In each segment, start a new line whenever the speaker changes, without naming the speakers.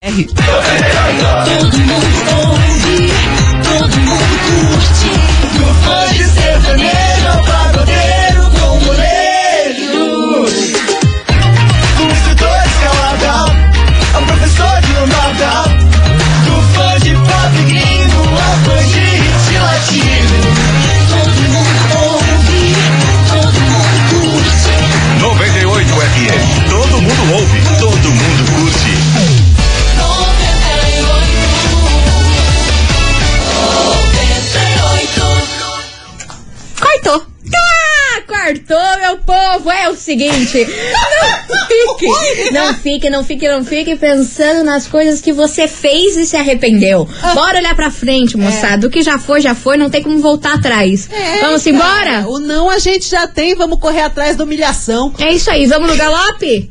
Todo mundo
BR.
ouve, todo mundo curte. No fone sertanejo, ao pagodeiro com moleiro. O instrutor escalada, ao é um professor de lambada. Do fã de pop gringo, ao fã de hit latino. Todo mundo ouve, todo mundo curte.
98 FM. Todo mundo ouve, todo mundo curte.
98, 98.
Cortou. Ah, cortou, meu povo. É o seguinte, não fique, não fique, não fique, não fique pensando nas coisas que você fez e se arrependeu. Bora olhar pra frente, moçada. O que já foi, já foi, não tem como voltar atrás.
É,
Vamos
então.
cara,
embora?
O não a gente já tem, vamos correr atrás da humilhação.
É isso aí, vamos no galope?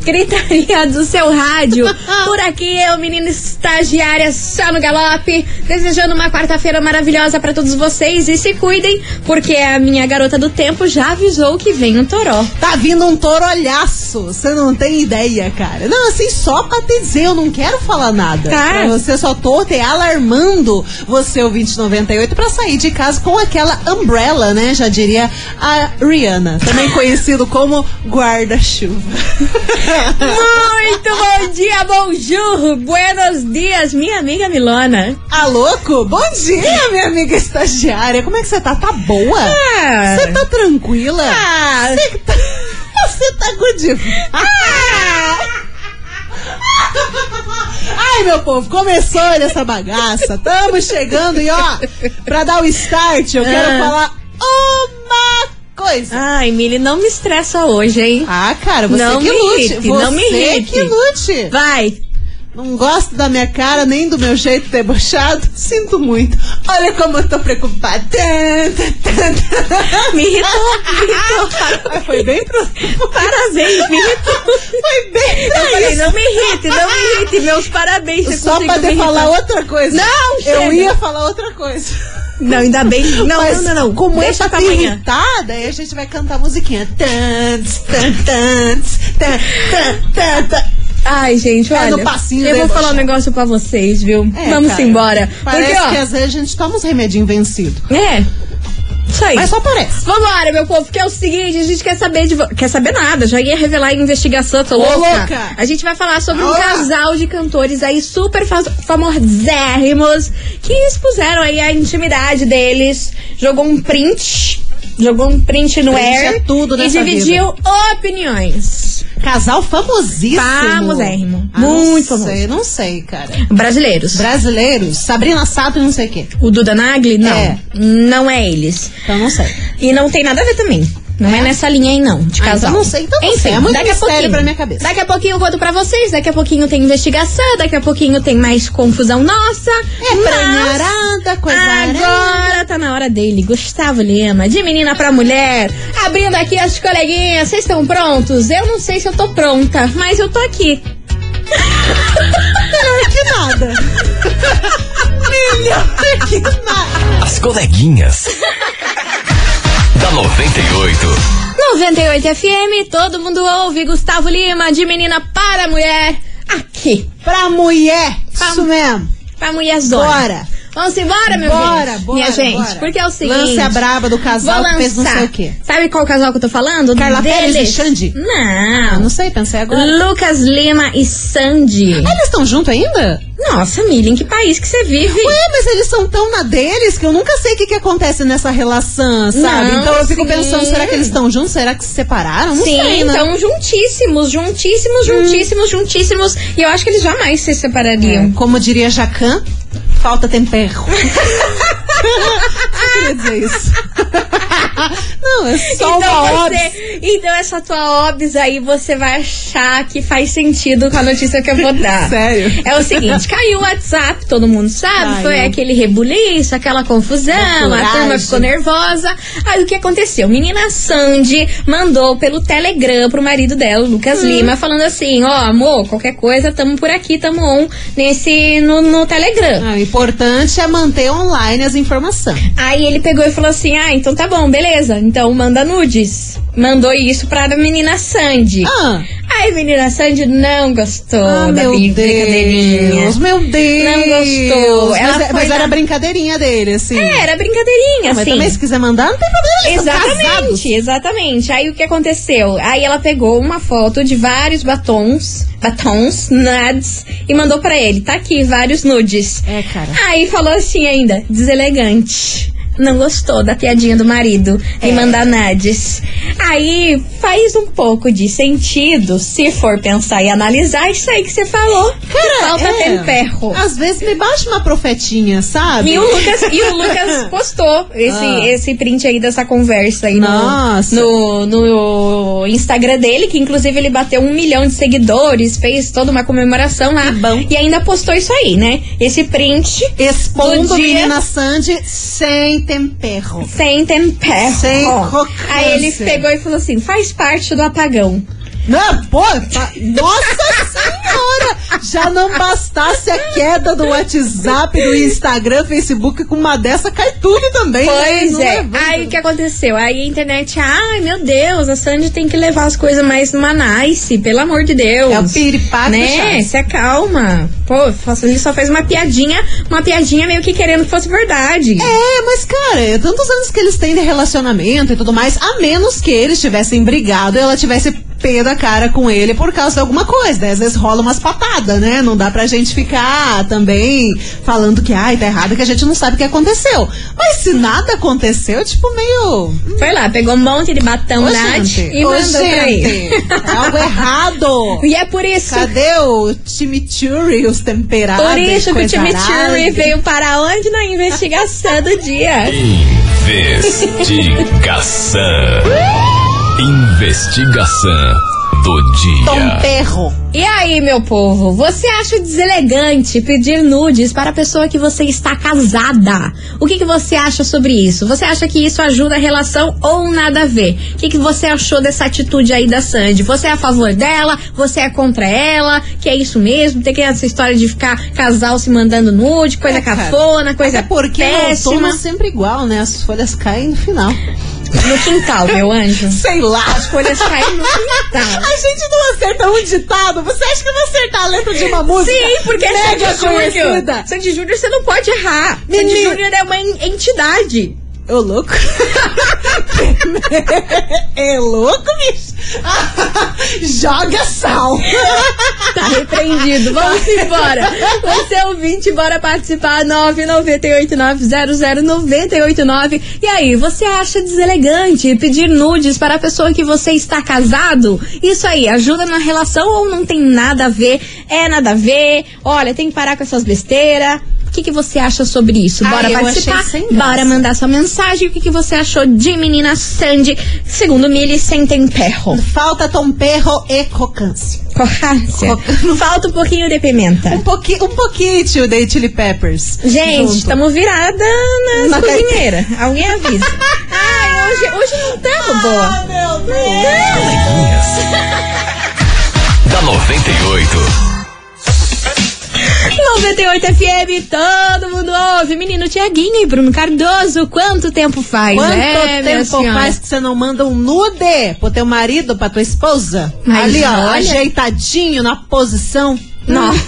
Gritaria do seu rádio. Por aqui eu, menina estagiária, só no galope. Desejando uma quarta-feira maravilhosa pra todos vocês e se cuidem, porque a minha garota do tempo já avisou que vem um toró.
Tá vindo um torolhaço, você não tem ideia, cara. Não, assim, só pra te dizer, eu não quero falar nada.
Tá.
Pra Você só tô te alarmando você, o 2098, pra sair de casa com aquela umbrella, né? Já diria a Rihanna, também conhecido como guarda-chuva.
Muito bom dia, bonjour, buenos dias, minha amiga Milona.
Ah, louco? Bom dia, minha amiga estagiária. Como é que você tá? Tá boa?
Ah.
Você tá tranquila?
Ah,
Você tá, você tá good. Ai, meu povo, começou olha essa bagaça. Tamo chegando e ó, pra dar o start, eu quero
Ah.
falar uma coisa.
Ai, Mili, não me estressa hoje, hein?
Ah, cara, você
Não
que
me
lute.
irrite,
você
não me irrite.
que lute.
Vai!
Não gosto da minha cara, nem do meu jeito debochado. Sinto muito. Olha como eu tô preocupada. Tan, tan, tan,
Me irritou, me
tan. Ai, Então, Foi bem pro...
irritou. Parabéns, me irritou.
Foi bem pra
Eu falei,
isso.
não me irrite, não me irrite. Meus parabéns, você
Só
conseguiu
pra
me
te
irritar.
falar outra coisa.
então." Não,
Eu
chega.
ia falar outra coisa.
Não, ainda bem. Não,
assim. Mas
não, não, não.
Como é
Deixa
eu
pra
tô
amanhã.
irritada, aí a gente vai cantar a musiquinha. Tantos, tan, tantos, tan, tan, tan, tan.
Ai, gente,
É,
olha.
no passinho
eu
daí,
vou
eu
falar um
acho.
negócio pra vocês, viu?
É,
Vamos
cara,
embora.
Parece que
Porque,
às vezes a gente toma uns remedinhos vencidos.
ó. É. Isso aí.
Mas só parece.
Vambora, meu povo, que é o seguinte, a gente quer saber de vo... Quer saber nada, já ia revelar a investigação, tô
Ô,
louca.
louca.
A gente vai falar sobre um
Olá.
casal de cantores aí super fa- famosérrimos que expuseram aí a intimidade deles, jogou um print, jogou um print no
Print
air
é tudo
e
nessa
dividiu opiniões.
Casal famosíssimo. Ah,
Famosérrimo.
não
Muito famoso.
sei, não sei, cara.
Brasileiros.
Brasileiros, Sabrina Sato e não sei o quê.
o Duda Nagli? Não.
É.
Não é eles.
Então não sei.
E não tem nada a ver também. Não é, nessa linha aí, não, de
Ah,
casal.
então não sei, então não
Enfim,
sei. É muito
daqui a
mistério
pouquinho.
pra minha cabeça.
Daqui a pouquinho eu conto pra vocês, daqui a pouquinho tem investigação, daqui a pouquinho tem mais confusão nossa.
É pranharada, coisa
Agora tá na hora dele, Gustavo Lima, de menina pra mulher. Abrindo aqui as coleguinhas, vocês estão prontos? Eu não sei se eu tô pronta, mas eu tô aqui.
Que nada. Melhor que nada.
As coleguinhas. da 98.
98 FM, todo mundo ouve Gustavo Lima, de menina para mulher, aqui.
Pra mulher.
Pra-
Isso mesmo.
Pra mulherzona.
Bora.
Vamos embora, meu
Bora,
gente?
bora,
Minha gente,
bora.
porque é o seguinte...
Lance a braba do casal
vou
que fez não
lançar.
sei o quê.
Sabe qual casal que eu tô falando?
Carla
Deles.
Pérez e Xande? Ah, não
Não.
sei, pensei
Hum.
agora.
Lucas Lima e Sandy.
Ah, Eles estão juntos ainda?
Nossa, Miriam, que país que você vive?
Ué, mas eles são tão na deles que eu nunca sei o que, que acontece nessa relação, sabe?
Não,
então eu fico
sim.
pensando, será que eles estão juntos? Será que se separaram? Não
Sim,
sei, né?
então juntíssimos, juntíssimos, juntíssimos, juntíssimos. E eu acho que eles jamais se separariam.
Como diria É. Jacan, Falta tempero. Eu queria dizer isso. Não, é só
Então
uma hora.
você, então essa tua obs aí você vai achar que faz sentido com a notícia que eu vou dar.
Sério?
É o seguinte, caiu o WhatsApp, todo mundo sabe,
Caiu.
foi aquele rebuliço, aquela confusão,
Uma
a turma
coragem.
ficou nervosa. Aí o que aconteceu? Menina Sandy mandou pelo Telegram pro marido dela, o Lucas
Hum.
Lima, falando assim, ó, amor, qualquer coisa, tamo por aqui, tamo on, nesse, no, no Telegram.
Ah, o importante é manter online as informações.
Aí ele pegou e falou assim: Ah, então tá bom, beleza. Então manda nudes. Mandou isso pra menina Sandy.
Ah,
Aí a menina Sandy não gostou
ah,
da
meu
brin- brincadeirinha.
Deus, meu Deus.
gostou.
Mas,
Ela
é-
foi
mas
na-
era a brincadeirinha dele, assim.
É, era brincadeirinha,
Ah, Mas
assim.
também se quiser mandar, não tem problema, eles são casados.
Exatamente, exatamente. Aí o que aconteceu? Aí ela pegou uma foto de vários batons, batons, nudes, e mandou pra ele. Tá aqui, vários nudes.
É, cara.
Aí falou assim ainda, deselegante. Não gostou da piadinha do marido
É.
e mandar nudes. Aí faz um pouco de sentido, se for pensar e analisar, isso aí que você falou. que falta
É.
tempero.
Às vezes me baixa uma profetinha, sabe?
E o Lucas, e o Lucas postou esse,
Ah.
esse print aí dessa conversa aí
Nossa.
no, no, no Instagram dele, que inclusive ele bateu um milhão de seguidores, fez toda uma comemoração lá.
bom.
E ainda postou isso aí, né? Esse print
Expondo
do
a
dia.
menina Sandy sem tempero.
sem tempero.
Sem crocância.
Aí ele pegou e falou assim: faz parte do apagão.
Não, pô, tá- nossa senhora! Já não bastasse a queda do WhatsApp, do Instagram, Facebook, com uma dessa cai tudo também. né?
Pois
Não
é.
levanta.
Aí o que aconteceu? Aí a internet, ai meu Deus, a Sandy tem que levar as coisas mais numa nice, pelo amor de Deus.
É o piripaque
Né?
chato.
Se acalma. Pô, faço- ele só fez uma piadinha, uma piadinha meio que querendo que fosse verdade.
É, mas cara, é tantos anos que eles têm de relacionamento e tudo mais, a menos que eles tivessem brigado e ela tivesse pé da cara com ele por causa de alguma coisa, né? Às vezes rola umas patadas, né? Não dá pra gente ficar também falando que, ai, tá errado, que a gente não sabe o que aconteceu. Mas se nada aconteceu, tipo, meio...
Foi lá, pegou um monte de batão
Ô,
Nath
gente,
e
ô,
mandou pra ele.
gente, é algo errado.
E é por isso.
Cadê o chimichurri, os temperados?
Por isso que o
coisa
time Chile
arada?
veio para onde na investigação do dia.
Investigação. Investigação do
Tom
dia.
Perro.
E aí, meu povo, você acha deselegante pedir nudes para a pessoa que você está casada? O que, que você acha sobre isso? Você acha que isso ajuda a relação ou nada a ver? O que, que você achou dessa atitude aí da Sandy? Você é a favor dela? Você é contra ela? Que é isso mesmo? Tem que essa história de ficar casal se mandando nude, coisa
É, cara.
cafona, coisa
Até porque o outono
péssima.
é sempre igual, né? As folhas caem no final.
No quintal, meu anjo.
Sei lá.
Folhas caem no quintal.
A gente não acerta um ditado. Você acha que eu vou acertar a letra de uma música?
Sim, porque é
mega
Sandy Júnior.
conhecida.
Sandy Júnior você não pode errar. Sandy
Menino.
Júnior é uma en- entidade.
Ô, louco. é louco, bicho. Joga sal.
Tá repreendido. Vamos embora. Você é ouvinte, bora participar. 998900989. E aí, você acha deselegante pedir nudes para a pessoa que você está casado? Isso aí, ajuda na relação ou não tem nada a ver? É nada a ver? Olha, tem que parar com essas besteiras. O que, que você acha sobre isso? Bora
Ai, Ah, eu
participar?
achei sem graça.
Bora mandar sua mensagem. O que, que você achou de menina Sandy? Segundo Mili, sem temperro.
Falta tom perro e crocância.
Corrância. Falta um pouquinho de pimenta.
Um, pouqui, um pouquinho de Chili Peppers.
Gente,
Junto.
estamos virada nas
Na
cozinheiras. Alguém avisa. Ai, hoje, hoje não tamo boa.
Ah, meu Deus.
Coleguinhas. Da 98.
é. 98 FM, todo mundo ouve. Menino Tiaguinho e Bruno Cardoso, quanto tempo faz,
Quanto
né, minha
tempo
senhora?
faz que você não manda um nude pro teu marido, pra tua esposa?
Mas
Ali, ó,
olha-
ajeitadinho na posição. Hum,
Nossa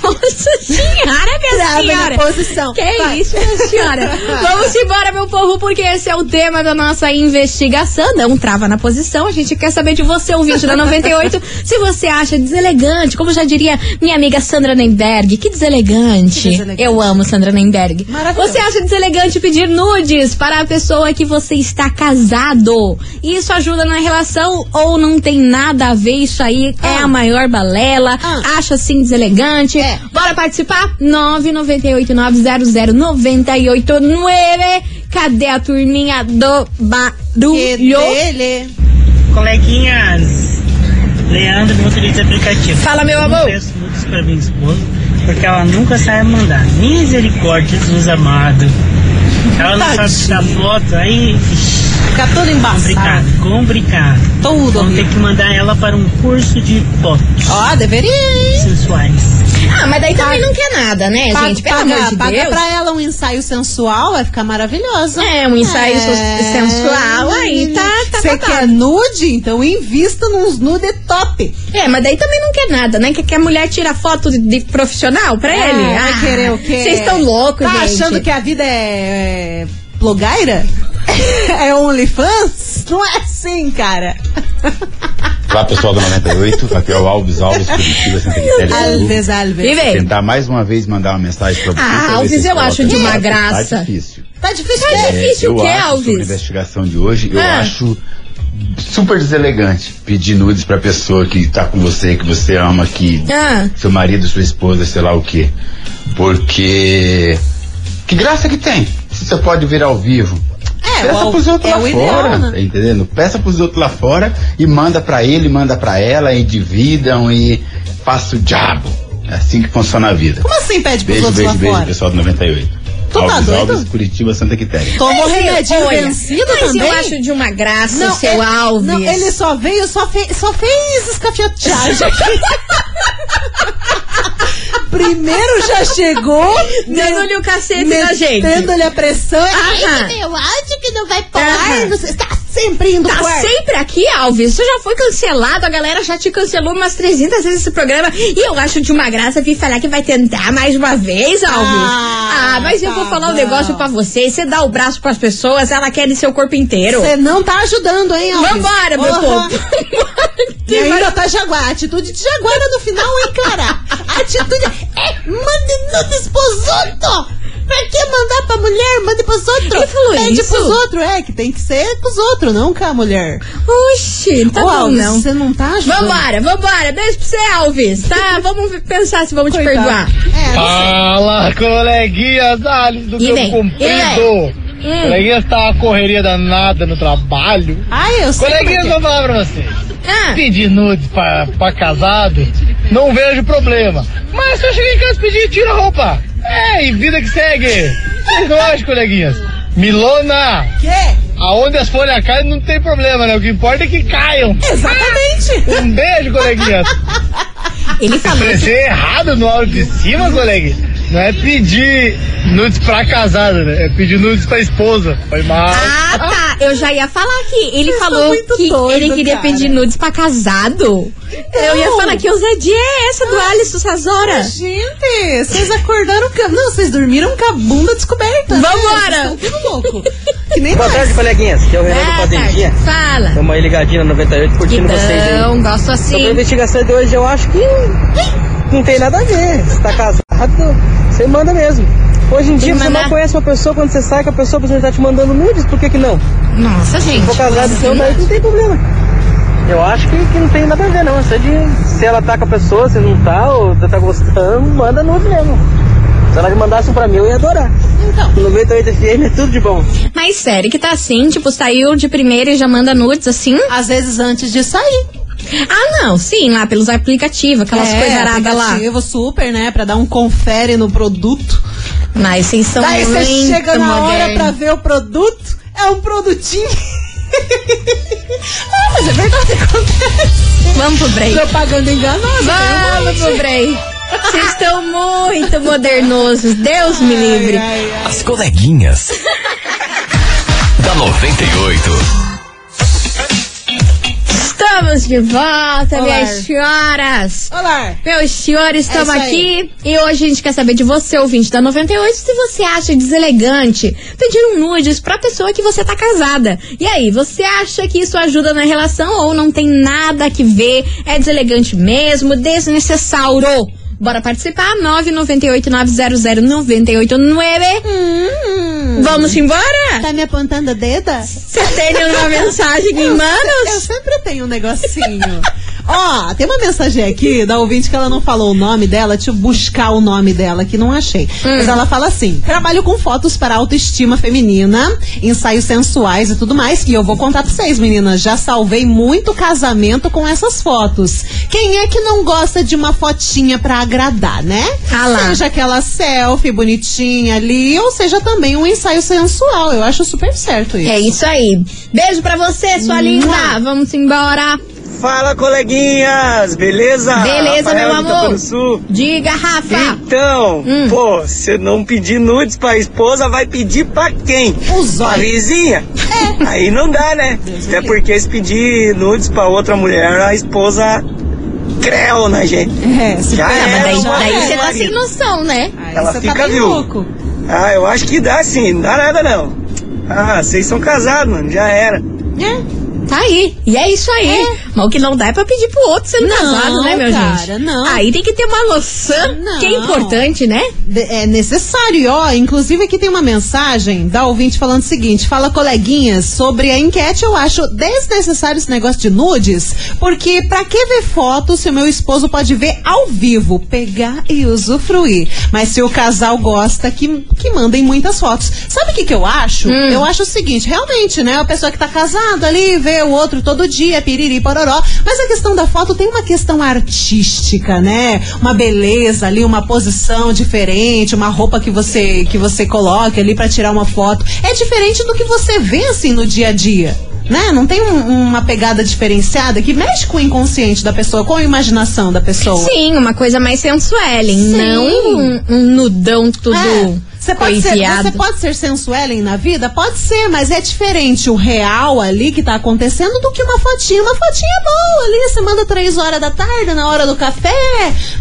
senhora, minha
Grava na
senhora.
posição.
Que
Vai.
isso, minha senhora. Vamos embora, meu povo, porque esse é o tema da nossa investigação. Não trava na posição. A gente quer saber de você, ouvinte da 98, se você acha deselegante. Como já diria minha amiga Sandra Nemberg. Que deselegante.
Que deselegante.
Eu amo Sandra Nemberg.
Maravilhoso.
Você acha deselegante pedir nudes para a pessoa que você está casado? Isso ajuda na relação ou não tem nada a ver? Isso aí é
Ah.
a maior balela.
Ah.
Acha assim deselegante? importante.
É.
Bora participar? 998900989. Cadê a turminha do barulho?
Ele.
Coleguinhas, Leandro, motorista de aplicativo.
Fala, meu amor.
Eu peço muitos pra minha esposa, porque ela nunca sabe mandar. Misericórdia, Jesus amado. Ela não sabe tirar foto, aí. ixi,
Fica todo embaçado.
Complicado, complicado.
Tudo
Vamos ter
horrível.
que mandar ela para um curso de fotos
Ó, deveria, hein?
sensuais.
Ah, mas daí também não quer nada, né,
Paga-
gente? Pelo
paga,
amor de
paga
Deus.
pra ela um ensaio sensual, vai ficar maravilhoso.
É, um ensaio sensual aí, tá, tá,
Você
tá, tá.
quer nude? Então invista nos nude top.
É, mas daí também não quer nada, né? Que, que a mulher tira foto de, de profissional pra ele.
vai
Ah,
querer o quê?
Vocês estão loucos,
Tá
gente.
achando que a vida é. é blogueira? é OnlyFans? Não é assim, cara.
Olá pessoal da 98, aqui é o Alves Alves, Curitiba, Santa Quitéria.
Alves,
é
Alves.
Vive.
é, Tentar mais uma vez mandar uma mensagem pra vocês.
Ah,
pra ver
Alves,
se
eu
coloca
acho de
no
uma
ar.
graça.
Tá difícil.
Tá difícil,
Tá
né?
difícil
É, eu
o
acho,
que,
sobre a
Alves?
investigação de hoje, eu
Ah.
acho super deselegante pedir nudes pra pessoa que tá com você, que você ama, que
Ah.
seu marido, sua esposa, sei lá o quê. Porque. Que graça que tem? Se você pode vir ao vivo.
É,
Peça
o-
pros outros
é
lá
o ideal,
fora,
né?
tá entendendo? Peça pros outros lá fora e manda pra ele, manda pra ela, e dividam e faça o diabo. É assim que funciona a vida.
Como assim pede pros
Beijo,
outros
beijo,
lá
beijo,
fora?
pessoal do 98.
Tu tá
Alves,
doido?
Alves, Curitiba, Santa Quitéria.
Tomou
Mas,
remedinho
olha,
vencido
mas
também?
eu acho de uma graça o seu
ele,
Alves.
não, ele só veio, só, fe, só fez escafiateagem aqui. Primeiro já chegou,
Dando-lhe o cacete na gente.
metendo-lhe a pressão.
Aham.
Ai, eu acho que não vai
Aham.
parar. Você tá sempre indo
Tá
pro ar.
sempre aqui, Alves. Isso já foi cancelado. A galera já te cancelou umas 300 vezes esse programa. E eu acho de uma graça vir falar que vai tentar mais uma vez, Alves. Ah,
Ah,
mas eu vou
tá
falar um
bom.
negócio pra você. Você dá o braço pras pessoas, ela quer seu corpo inteiro.
Você não tá ajudando, hein, Alves?
Vambora, meu
Porra.
povo.
E ainda tá jaguar. A atitude de jaguara no final, hein, cara? A atitude é mande nudes pros outros. Pra que mandar pra mulher? Mande pros
Ele
outros.
falou
Pede
isso?
pros outros. É, que tem que ser com os outros, não com a mulher.
Oxi, tá
Ô,
bom,
Alves,
não.
você não tá ajudando.
Vambora, vambora. Beijo pra você, Alves. Tá, vamos pensar se vamos te
Coitado.
perdoar.
É, não
Ah. Fala, coleguinhas, Alice do
E vem,
Campo
e
Comprido.
Hum.
Coleguinhas, tá uma correria danada no trabalho.
Ai, eu sei.
Coleguinhas,
como é
vou falar pra vocês.
Ah,
Pedir nudes pra, pra casado, não vejo problema. Mas se eu chegar em casa e pedir, tira a roupa. É, e vida que segue. Vocês não acham, coleguinhas? Milona,
que é. Quê?
aonde as folhas caem não tem problema, né? O que importa é que caiam.
Exatamente.
Um beijo, coleguinhas.
Ah, ele falou que
Você é errado no áudio de cima, colega. Não é pedir nudes pra casada, né? É pedir nudes pra esposa. Foi mal.
Ah, tá. Eu já ia falar aqui. Ele
Vocês são
falou
muito
que
doido,
ele queria
cara.
pedir nudes pra casado. Eu ia falar que ousadia é essa do
Ah.
Alisson Sazora.
Gente, vocês acordaram... com a- Não, vocês dormiram com a bunda descoberta. né?
Vambora.
Vocês tão tudo louco. Que nem
Boa
nós.
tarde, coleguinhas. Que é o Renan do
Ah,
Fazendinha.
tá. Fala.
Tamo aí ligadinho na 98, curtindo vocês aí.
Então, gosto
Sobre a
assim.
investigação de hoje, eu acho que não tem nada a ver. Você tá casado, você manda mesmo. Hoje em dia você
mandar.
não conhece uma pessoa quando você sai com a pessoa, a pessoa já tá te mandando nudes, por que que não?
Nossa, gente. assim,
For casado, então daí não tem problema. Eu acho que, que não tem nada a ver não. Essa de se ela tá com a pessoa, se não tá, ou tá gostando, manda nude mesmo. Se ela me mandasse um pra mim, eu ia adorar.
Então.
98 FM é tudo de bom.
Mas sério que tá assim? Tipo, saiu de primeira e já manda nudes assim?
Às vezes antes de sair.
Ah, não. Sim, lá pelos aplicativos, aquelas
é,
coisas aradas lá.
aplicativo super, né? Pra dar um confere no produto.
Mas vocês são
Daí você
muito
chega na hora
modernos.
pra ver o produto, é um produtinho. ah, mas é verdade, acontece.
Vamos pro break.
Propaganda enganosa. tem um monte.
Vamos pro break. Vocês estão muito modernosos. Deus me livre.
Ai, ai.
As coleguinhas. da 98.
Estamos de volta,
Olá.
minhas senhoras.
Olá.
Meus senhores, estamos
É isso aí.
aqui e hoje a gente quer saber de você, ouvinte da 98, se você acha deselegante pedir um nudes pra pessoa que você tá casada. E aí, você acha que isso ajuda na relação ou não tem nada que ver? É deselegante mesmo, desnecessário? Bora participar? 998-900-989.
Hum.
Vamos embora?
Tá me apontando a deda?
Você tem uma mensagem que
Eu
manda?
se- Eu sempre tenho um negocinho. Ó, tem uma mensagem aqui da ouvinte que ela não falou o nome dela. Deixa eu buscar o nome dela que não achei.
Hum.
Mas ela fala assim: trabalho com fotos para autoestima feminina, ensaios sensuais e tudo mais. E eu vou contar pra vocês, meninas. Já salvei muito casamento com essas fotos. Quem é que não gosta de uma fotinha pra agradar, né?
Ah lá.
Seja aquela selfie bonitinha ali, ou seja também um ensaio sensual. Eu acho super certo isso.
É isso aí. Beijo pra você, sua linda. Vamos embora.
Fala, coleguinhas! Beleza?
Beleza,
Rafael
meu
de Tampa
amor.
do Sul.
Diga, Rafa.
Então,
Hum.
pô, se não pedir nudes pra esposa, vai pedir pra quem?
Os
Pra
olhos.
vizinha?
É.
Aí não dá, né? Até porque se pedir nudes pra outra mulher, a esposa creu na gente.
É, se
Já
Ah,
pega,
mas daí,
já
daí
é.
você tá sem noção, né?
Aí
Ela
você tá
fica,
bem
viu?
louco.
Ah, eu acho que dá sim, não dá nada não. Ah, vocês são casados, mano, já era.
É.
Tá aí. E é isso aí. Mas o que não dá é pra pedir pro outro sendo
Não,
casado, né, meu
cara,
gente?
não.
Aí tem que ter uma noção
Não.
que é importante, né?
De- É necessário, e ó. Inclusive, aqui tem uma mensagem da ouvinte falando o seguinte: fala, coleguinhas, sobre a enquete. Eu acho desnecessário esse negócio de nudes, porque pra que ver foto se o meu esposo pode ver ao vivo, pegar e usufruir? Mas se o casal gosta, que, que mandem muitas fotos. Sabe o que, que eu acho? Eu acho o seguinte: realmente, né? A pessoa que tá casada ali vê o outro todo dia, piriri, pororó. Mas a questão da foto tem uma questão artística, né? Uma beleza ali, uma posição diferente, uma roupa que você que você coloca ali pra tirar uma foto. É diferente do que você vê assim no dia a dia. Né? Não tem um- uma pegada diferenciada que mexe com o inconsciente da pessoa, com a imaginação da pessoa.
Sim, uma coisa mais sensuellen.
Sim.
Não um, um nudão tudo
É. Você pode, ser,
coiseado.
você pode ser sensuelen na vida? Pode ser, mas é diferente o real ali que tá acontecendo do que uma fotinha. Uma fotinha é boa ali, você manda três horas da tarde, na hora do café,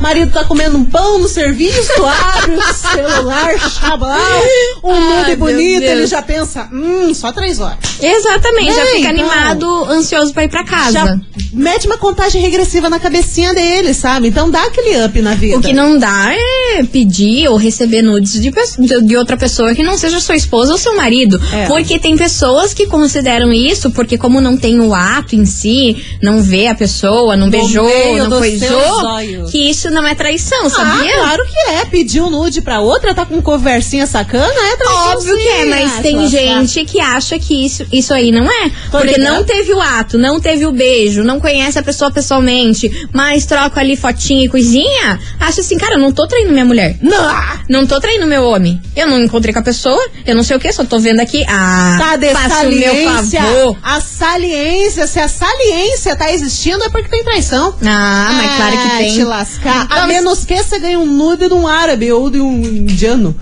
marido tá comendo um pão no serviço, abre o celular, chama lá, um
Ai,
nude
meu
bonito,
Deus.
ele já pensa, hum, só três horas.
Exatamente, já
É,
fica
então.
animado, ansioso pra ir pra casa.
Já mete uma contagem regressiva na cabecinha dele, sabe? Então dá aquele up na vida.
O que não dá é pedir ou receber nudes de, pe- de- de outra pessoa que não seja sua esposa ou seu marido.
É.
Porque tem pessoas que consideram isso, porque como não tem o ato em si, não vê a pessoa, não beijou,
meio
não
dos seus
coisou,
olhos.
que isso não é traição, sabia?
Ah, claro que é. Pedir um nude pra outra, tá com conversinha sacana, é traição
Óbvio
sim.
que é, mas
Ah,
tem
sua
gente que acha que isso, isso aí não é.
Tô
porque
ligada.
não teve o ato, não teve o beijo, não conhece a pessoa pessoalmente, mas troca ali fotinha e coisinha, acha assim, cara, eu não tô traindo minha mulher.
Não!
Não tô traindo meu homem. Eu não encontrei com a pessoa, eu não sei o que, só tô vendo aqui. Ah,
Tá de
faça o meu
saliência.
favor.
A saliência, se a saliência tá existindo, é porque tem traição.
Ah, mas claro que
Ai,
tem.
te lascar.
Então,
a menos que você ganhe um nude de um árabe ou de um indiano.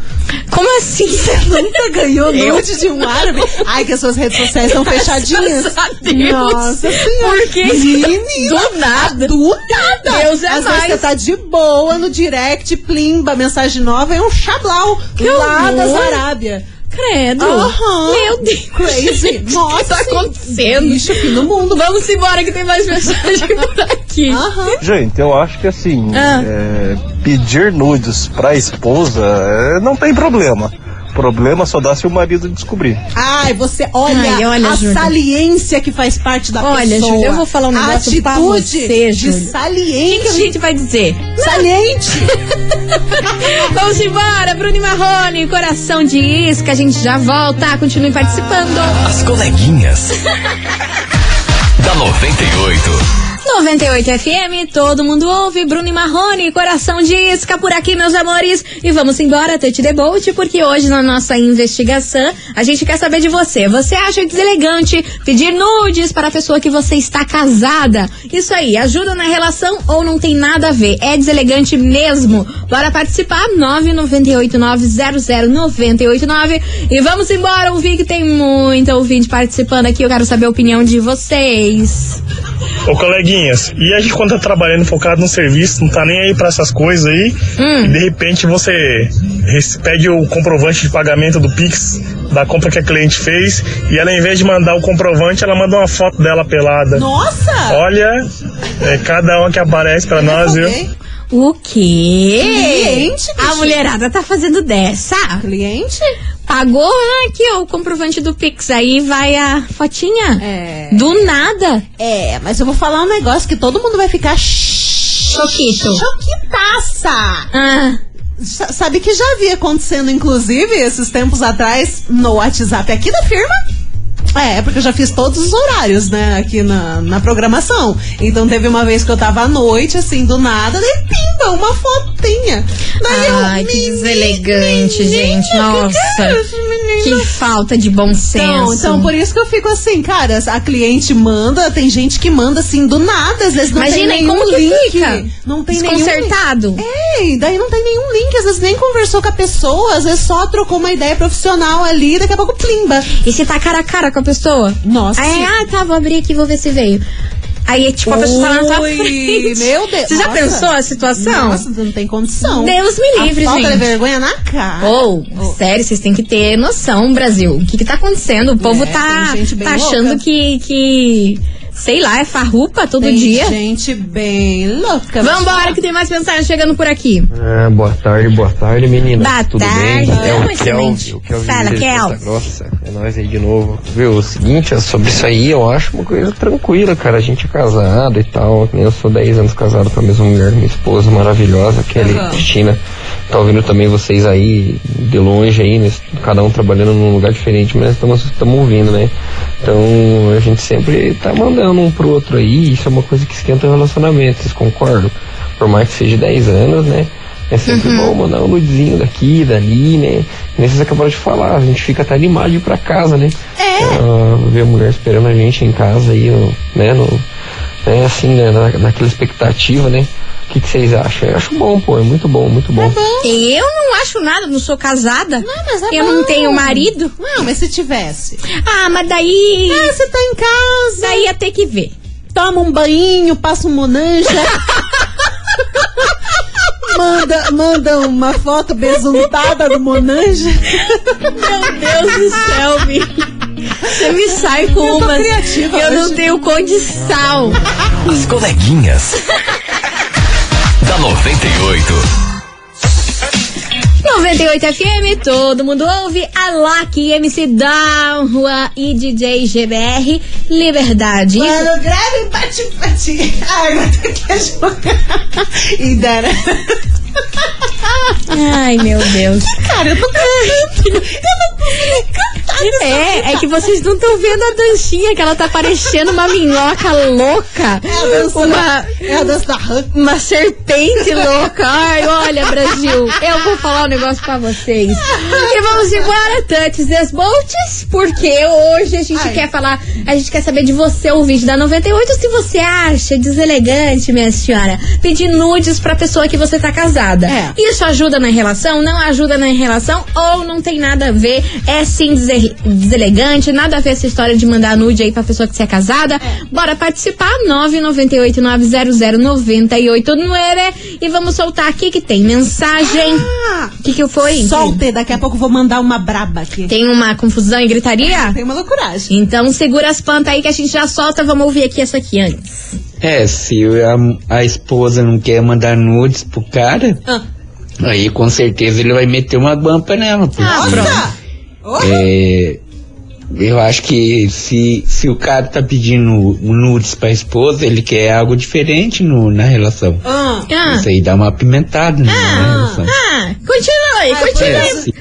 Como assim?
Nunca ganhou nude de um árabe? Ai, que as suas redes sociais estão fechadinhas.
Graças a Deus.
Nossa senhora.
Por que
Menina.
Do nada.
Do nada.
Deus é
Às
mais.
vezes você tá de boa no direct, plimba, mensagem nova, é um xablau
Que
lá
horror.
das Arábia.
Credo.
Aham.
Meu Deus.
Crazy.
O
Nossa.
que tá acontecendo?
Bicho aqui no mundo.
Tipo, Vamos embora que tem mais mensagem por aqui.
Aham.
Gente, eu acho que assim,
Ah.
é, pedir nudes pra esposa é, não tem problema. Problema só dá se o marido descobrir.
Ai, você olha,
Ai, olha,
a
Júlia.
saliência que faz parte da
Olha,
pessoa.
Júlia, eu vou falar um
A
negócio pra
atitude
você,
de
Júlia. é O que a
saliência.
gente vai dizer?
Saliente.
Vamos embora, Bruno e Marrone, coração de isca, a gente já volta, continue participando.
As coleguinhas. da 98.
98 FM, todo mundo ouve, Bruno e Marrone, coração de isca por aqui, meus amores. E vamos embora, Tete Debolt, porque hoje na nossa investigação a gente quer saber de você. Você acha deselegante pedir nudes para a pessoa que você está casada? Isso aí, ajuda na relação ou não tem nada a ver? É deselegante mesmo? Bora participar, 998900989. E vamos embora ouvir que tem muito ouvinte participando aqui, eu quero saber a opinião de vocês.
Ô, coleguinhas, e a gente quando tá trabalhando focado no serviço, não tá nem aí pra essas coisas aí, e de repente você rece- pede o comprovante de pagamento do Pix, da compra que a cliente fez, e ela, em vez de mandar o comprovante, ela manda uma foto dela pelada.
Nossa.
Olha, é cada um que aparece pra nós, viu?
Ok.
O quê?
Cliente,
A
bichinho.
mulherada tá fazendo dessa?
Cliente?
Para Pagou, ah, aqui, ó, o comprovante do Pix. Aí vai a fotinha. É. Do nada.
É, mas eu vou falar um negócio que todo mundo vai ficar
Choquito.
choquitaça.
Ah.
Sa- Sabe que já havia acontecendo, inclusive, esses tempos atrás, no WhatsApp aqui da firma? É, porque eu já fiz todos os horários, né, aqui na, na programação. Então teve uma vez que eu tava à noite, assim, do nada, daí pimba, uma fotinha. Daí
Ai,
eu,
que deselegante, gente.
é um menina, que que é
Nossa.
isso, menina?
Que falta de bom senso.
Então, então, por isso que eu fico assim, cara, a cliente manda, tem gente que manda assim do nada, às vezes não
Imagina aí
tem nenhum
como que
link.
fica.
Não tem
Desconcertado.
nenhum. É, e daí não tem nenhum link, às vezes nem conversou com a pessoa, às vezes só trocou uma ideia profissional ali, daqui a pouco plimba.
E se tá cara a cara com a pessoa?
Nossa.
Aí, ah, tá, vou abrir aqui, vou ver se veio. Aí, tipo, a pessoa tá lá na tua
Ui,
frente.
Meu Deus.
Você já
Nossa.
pensou a situação?
Nossa, não tem condição.
Deus me livre,
a falta
gente.
de vergonha na cara.
Ou, sério, vocês têm que ter noção, Brasil. O que que tá acontecendo? O povo
É,
tá,
tem gente bem
tá achando
louca.
que, que, sei lá, é farrupa todo
Tem
dia.
gente bem louca.
Vambora, que tem mais mensagem chegando por aqui.
Ah, boa tarde, boa tarde, menina.
Boa
Tudo
tarde,
bem? É
não,
o
excelente.
Kelvin, o Kelvin
Fala,
de Ponta
Kelvin.
Grossa. É nós aí de novo. Viu, o seguinte, é sobre isso aí, eu acho uma coisa tranquila, cara. A gente é casado e tal. Eu sou 10 anos casado com a mesma mulher, minha esposa maravilhosa, Kelly
Aham.
Cristina. Tá ouvindo também vocês aí, de longe aí, né? cada um trabalhando num lugar diferente, mas estamos ouvindo, né? Então, a gente sempre tá mandando um pro outro aí, isso é uma coisa que esquenta o relacionamento, vocês concordam? Por mais que seja 10 anos, né? É sempre bom mandar um nudezinho daqui, dali, né? Nesses acabaram de falar, a gente fica até animado de ir pra casa, né? É. ver a mulher esperando a gente em casa aí, no- né? No, né, assim, né? Na, naquela expectativa, né? O que, que vocês acham? Eu acho bom, pô, é muito bom, muito bom.
Eu não acho nada, não sou casada.
Não, mas é
eu não
bom.
tenho marido.
Não, mas se tivesse.
Ah, mas daí.
Ah, você tá em casa.
Daí ia ter que ver.
toma um banho, passa um monanja. Manda, manda uma foto besuntada do Monanja.
Meu Deus do céu, Mi. Você me sai com
Eu tô
uma.
criativa
Eu não
hoje.
tenho condição.
As coleguinhas. da 98.
98 FM, todo mundo ouve. Alak, MC Down, Juan e DJ GBR. Liberdade.
Mano, grave, bate, bate. Ai, Ah, agora quer jogar. E né? dera.
Ai, meu Deus.
Cara, eu tô cantando. Eu não consigo cantar nessa
É, é que vocês não estão vendo a dancinha, que ela tá parecendo uma minhoca louca.
É a dança
Uma,
da, é a dança da Hank.
uma serpente louca. Ai, olha, Brasil, eu vou falar um negócio pra vocês. E vamos embora, Tantes Desboltes, porque hoje a gente
Ai.
quer falar, a gente quer saber de você, o vídeo da 98, se você acha deselegante, minha senhora, pedir nudes pra pessoa que você tá casada.
É.
Isso ajuda na relação, não ajuda na relação, ou não tem nada a ver, é sim dese- deselegante, nada a ver essa história de mandar nude aí pra pessoa que você é casada. Bora participar, 998 900 989 e vamos soltar aqui que tem mensagem. O
Ah,
que que foi?
solte, daqui a pouco eu vou mandar uma braba aqui.
Tem uma confusão e gritaria?
Tem uma loucuragem.
Então segura as pantas aí que a gente já solta, vamos ouvir aqui essa aqui antes.
É, se a, a esposa não quer mandar nudes pro cara,
Ah.
aí com certeza ele vai meter uma guampa nela.
Ah,
Porque,
Nossa!
é, eu acho que se, se o cara tá pedindo nudes pra esposa, ele quer algo diferente no, na relação.
Ah.
Ah,
Isso aí dá uma apimentada né, na, na relação.
ah continue,
É,
continue.
se-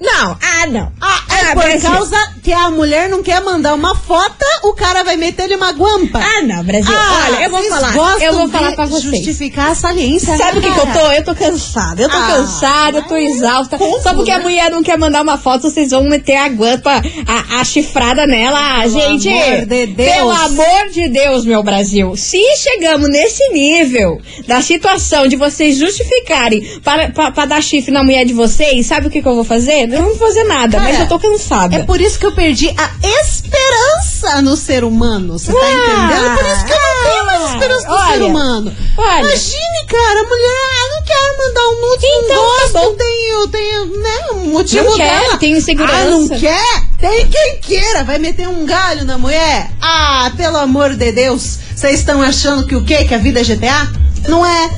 Não, ah, não.
Ah, é
Ah,
por
Brasil.
causa que a mulher não quer mandar uma foto, o cara vai meter ele uma guampa.
Ah, não, Brasil.
Ah,
Olha, eu vou
vocês
falar.
gostam
Eu vou falar
de
pra vocês.
Justificar a saliência.
Sabe o
né,
que, que eu
cara?
tô? Eu tô cansada. Eu tô
Ah,
cansada, eu tô exausta. Só porque a mulher não quer mandar uma foto, vocês vão meter a guampa, a, a chifrada nela. Ah, gente,
amor de Deus.
pelo amor de Deus, meu Brasil. Se chegamos nesse nível da situação de vocês justificarem para, pra, pra dar chifre na mulher de vocês, sabe o que, que eu vou fazer? Eu não vou fazer nada, mas
Cara,
eu tô cansada.
É por isso que eu perdi a esperança no ser humano. Você tá
Ah,
entendendo? É Por isso que eu não tenho mais
ah,
esperança no
olha,
ser humano.
olha.
Imagine, cara, a mulher ah, não quer mandar um nude,
Então,
não
tá
gosta,
bom.
não tem, eu tenho, né, um motivo
Não quer,
dela.
tem insegurança.
Ah, não quer? Tem quem queira, vai meter um galho na mulher? Ah, pelo amor de Deus, vocês estão achando que o quê? Que a vida é GTA? Não é?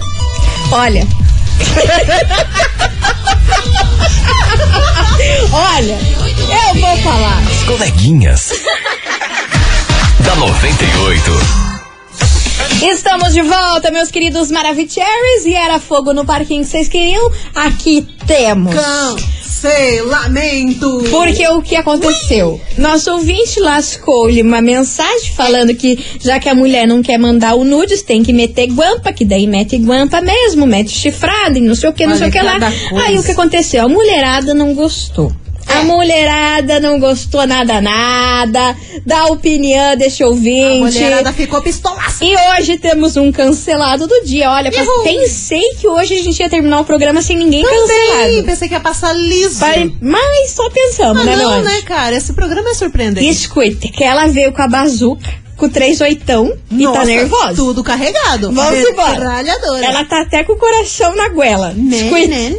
Olha, Olha, eu vou falar.
As coleguinhas. da 98.
Estamos de volta, meus queridos Maravicheries. E era fogo no parquinho que vocês queriam. Aqui temos.
Cancelamento.
Porque o que aconteceu? Nosso ouvinte lascou-lhe uma mensagem falando que já que a mulher não quer mandar o nudes, tem que meter guampa, que daí mete guampa mesmo, mete chifrada e não sei o que, não
Olha,
sei o que lá.
cada coisa.
Aí o que aconteceu? A mulherada não gostou. A mulherada não gostou nada, nada. Da opinião desse ouvinte. A
mulherada ficou pistolaça.
E hoje temos um cancelado do dia. Olha, pensei que hoje a gente ia terminar o programa sem ninguém
Também,
cancelado.
pensei que ia passar liso.
Mas só pensamos,
Ah,
né,
não,
nós?
né, cara? Esse programa é surpreendente.
Escute, que ela veio com a bazuca, com três oitão e
Nossa,
tá nervosa.
tudo né? carregado.
Vamos embora.
Metralhadora.
Ela tá até com o coração na goela.
Né,
Escute.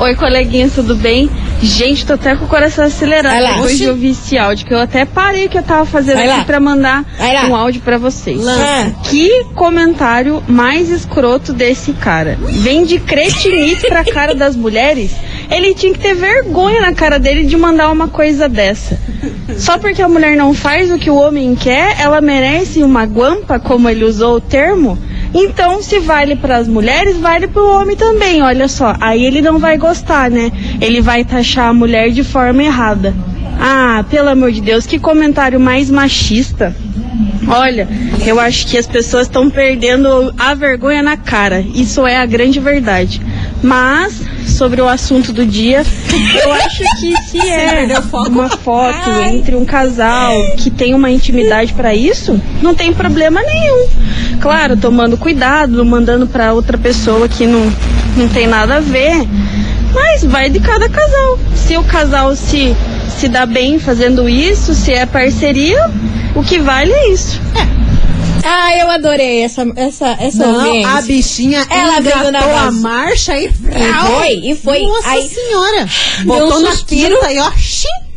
Oi, coleguinhas, tudo bem? Gente, tô até com o coração acelerado
Vai lá.
depois
Oxi.
de ouvir esse áudio, que eu até parei o que eu tava fazendo
Vai lá.
aqui pra mandar
Vai lá.
um áudio pra vocês.
Lança.
Que comentário mais escroto desse cara. Vem de cretinite pra cara das mulheres? Ele tinha que ter vergonha na cara dele de mandar uma coisa dessa. Só porque a mulher não faz o que o homem quer, ela merece uma guampa, como ele usou o termo? Então, se vale para as mulheres, vale para o homem também. Olha só, aí ele não vai gostar, né? Ele vai taxar a mulher de forma errada. Ah, pelo amor de Deus, que comentário mais machista. Olha, eu acho que as pessoas estão perdendo a vergonha na cara. Isso é a grande verdade. Mas, sobre o assunto do dia, eu acho que se é uma foto entre um casal que tem uma intimidade pra isso, não tem problema nenhum. Claro, tomando cuidado, mandando pra outra pessoa que não, não tem nada a ver. Mas vai de cada casal. Se o casal se, se dá bem fazendo isso, se é parceria, o que vale é isso.
Ah, eu adorei essa, essa, essa
Não,
ouvinte.
a bichinha
Ela veio na
engatou a
bazuca.
marcha e...
E foi, e foi.
Nossa
Aí-
senhora.
Deu
Botou
um
na
suspiro,
quinta e ó...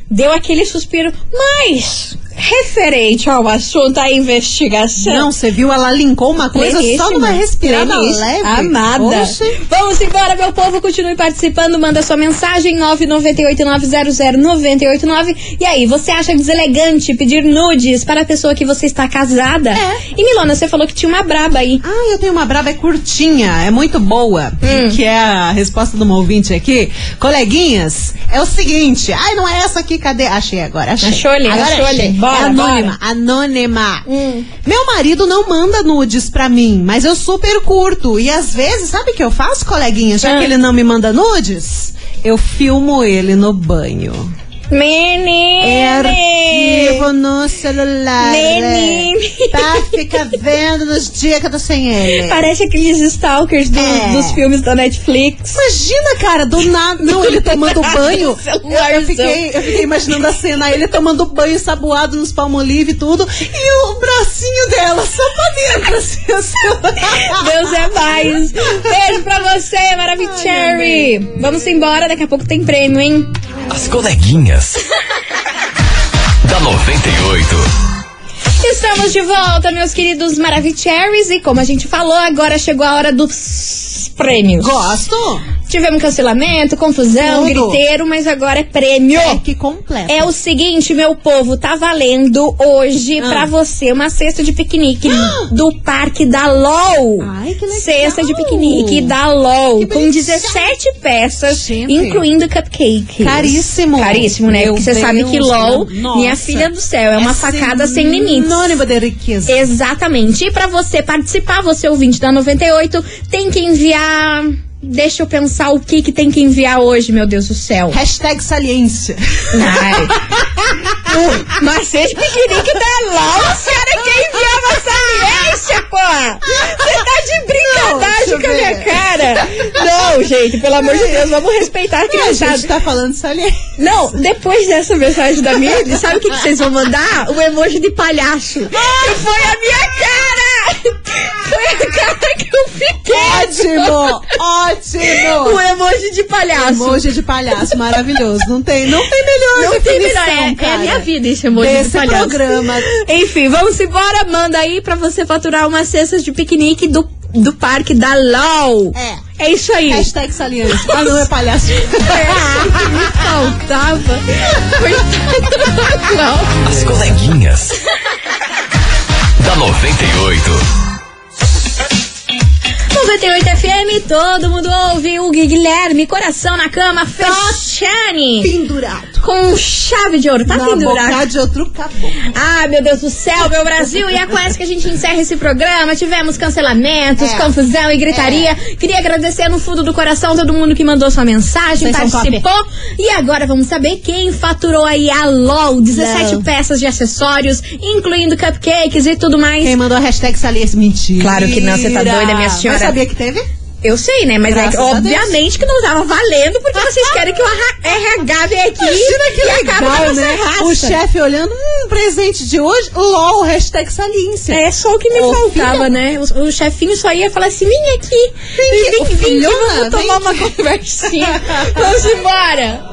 Deu aquele suspiro, mas referente ao assunto, à investigação.
Não, você viu? Ela linkou uma coisa só
Pleníssima,
numa respirada
pleníssima,
leve.
Amada.
Oxe.
Vamos embora, meu povo. Continue participando. Manda sua mensagem 998900989. E aí, você acha deselegante pedir nudes para a pessoa que você está casada? É. E Milona, você falou que tinha uma braba aí.
Ah, eu tenho uma braba, é curtinha, é muito boa.
Hum.
Que é a resposta de uma ouvinte aqui. Coleguinhas, é o seguinte. Ai, não é essa aqui, cadê? Achei agora, achei.
Achou-lhe,
agora
achou-lhe.
achei.
Bora, Hum.
é anônima, anônima. Meu marido não manda nudes pra mim, mas eu super curto. E às vezes, sabe o que eu faço, coleguinha? Já
Hum.
que ele não me manda nudes, eu filmo ele no banho.
Menina!
É arquivo no celular.
Menino.
Tá, fica vendo nos dias que eu tô sem ele.
Parece aqueles stalkers do-
É.
dos filmes da Netflix.
Imagina, cara, do nada. Não, ele tomando banho.
Celularzão.
Eu fiquei,
então.
eu fiquei imaginando a cena, ele tomando banho, saboado nos palmolive e tudo. E o bracinho dela, só pra dentro, assim, o celular.
Deus é mais. Beijo pra você, Maravicherry. Vamos embora, daqui a pouco tem prêmio, hein?
As coleguinhas. da 98.
Estamos de volta, meus queridos Maravicherrys. E como a gente falou, agora chegou a hora dos prêmios.
Gosto.
Tivemos cancelamento, confusão,
Tudo.
griteiro, mas agora é prêmio.
É, que completo.
É o seguinte, meu povo, tá valendo hoje
Ah.
pra você uma cesta de piquenique do Parque da LOL.
Ai, que legal.
Cesta de piquenique da LOL, com 17 peças, incluindo cupcake.
Caríssimo.
Caríssimo, né?
Meu
Porque você sabe que
Deus,
LOL,
meu-
minha
Nossa.
filha do céu, é uma
É
facada sem limites.
sinônimo de riqueza.
Exatamente. E pra você participar, você ouvinte da 98, tem que enviar... Deixa eu pensar o que que tem que enviar hoje, meu Deus do céu.
Hashtag saliência.
Ai. Uh, mas seja piquenique da LOL, tá a senhora quer enviar uma saliência, pô! Você tá de
Não, deixa eu
brincadeira com a minha
ver.
cara! Não, gente, pelo amor de Deus, vamos respeitar a
A gente
criançada.
tá falando saliência.
Não, depois dessa mensagem da Mirdy, sabe o que, que vocês vão mandar? Um emoji de palhaço. Que foi a minha cara! Foi a cara que eu fiquei!
Ótimo! Ótimo!
Um emoji de palhaço.
Emoji de palhaço, maravilhoso. Não tem, não tem melhor
Não tem
definição,
melhor, é, é
cara.
a minha vida esse emoji
Desse
de palhaço.
programa.
Enfim, vamos embora. Manda aí pra você faturar umas cestas de piquenique do, do parque da LOL.
É.
É isso aí.
Hashtag saliente. Ah, não, é palhaço. É,
Tá me faltava. Coitado. Não.
As coleguinhas. da 98.
98 FM, todo mundo ouve o Guilherme, coração na cama, fechane.
Pendurado.
Com chave de ouro, tá
Na
pendurado.
boca de outro caboclo.
Ah, meu Deus do céu, meu Brasil! E é com essa que a gente encerra esse programa. Tivemos cancelamentos,
É.
confusão e gritaria. Queria agradecer no fundo do coração todo mundo que mandou sua mensagem,
Vocês são
participou. E agora vamos saber quem faturou aí a LOL: 17
Não.
peças de acessórios, incluindo cupcakes e tudo mais.
Quem mandou a hashtag saliente? Mentira.
Claro que não, você tá doida, minha senhora.
Mas sabia que teve?
Eu sei, né? Mas é que,
Graças a Deus.
obviamente que não tava valendo, porque vocês querem que o RH venha aqui
Imagina que
e acabe com a
legal,
nossa
né?
raça.
O chefe olhando, hum, presente de hoje, LOL, hashtag saliência.
É só o que me
Ô,
faltava,
filha.
né? O, o chefinho só ia falar assim: vem aqui,
Vem,
vem,
ô,
vem, vem,
filhona,
vamos
vem
tomar uma conversinha. vamos embora.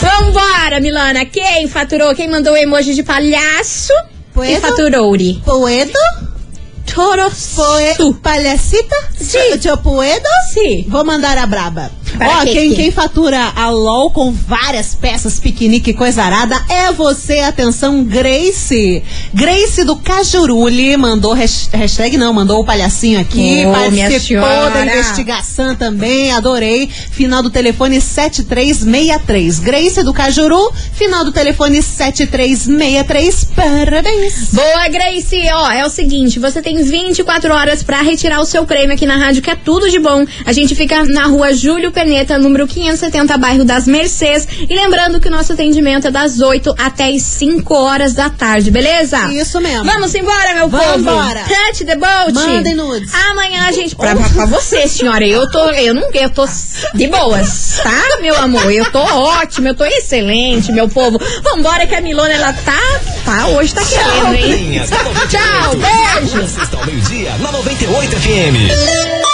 Vambora, Milana. Quem faturou? Quem mandou o emoji de palhaço?
Poeta?
Quem faturou, Uri?
Poedo?
Toros.
Poe... Palhacita?
Sim.
Tio Poedo?
Sim.
Vou mandar a braba.
Para
Ó,
que
quem,
que?
quem fatura a LOL com várias peças, piquenique e coisa arada, é você. Atenção, Grace. Grace do Cajuruli mandou hash- hashtag, não, mandou o palhacinho aqui.
Ô, minha
participou da
senhora.
investigação também, adorei. Final do telefone 7363. Grace do Cajuru, final do telefone 7363. Parabéns.
Boa, Grace! Ó, é o seguinte, você tem 24 horas pra retirar o seu prêmio aqui na rádio, que é tudo de bom. A gente fica na rua Júlio Peneta, número 570, bairro das Mercês. E lembrando que o nosso atendimento é das 8 até as 5 horas da tarde, beleza?
Isso mesmo.
Vamos embora, meu
Vamos
povo!
embora.
Touch the boat!
Mandem nudes.
Amanhã a gente... Pra, pra, pra você, senhora, eu tô... Eu não... Eu tô de boas, tá, meu amor? Eu tô ótima, eu tô excelente, meu povo. Vambora que a Milona, ela tá... Tá, hoje tá querendo, hein?
Coleguinhas da 98.
Tchau, beijo!
Sexta ao meio-dia, na 98 FM.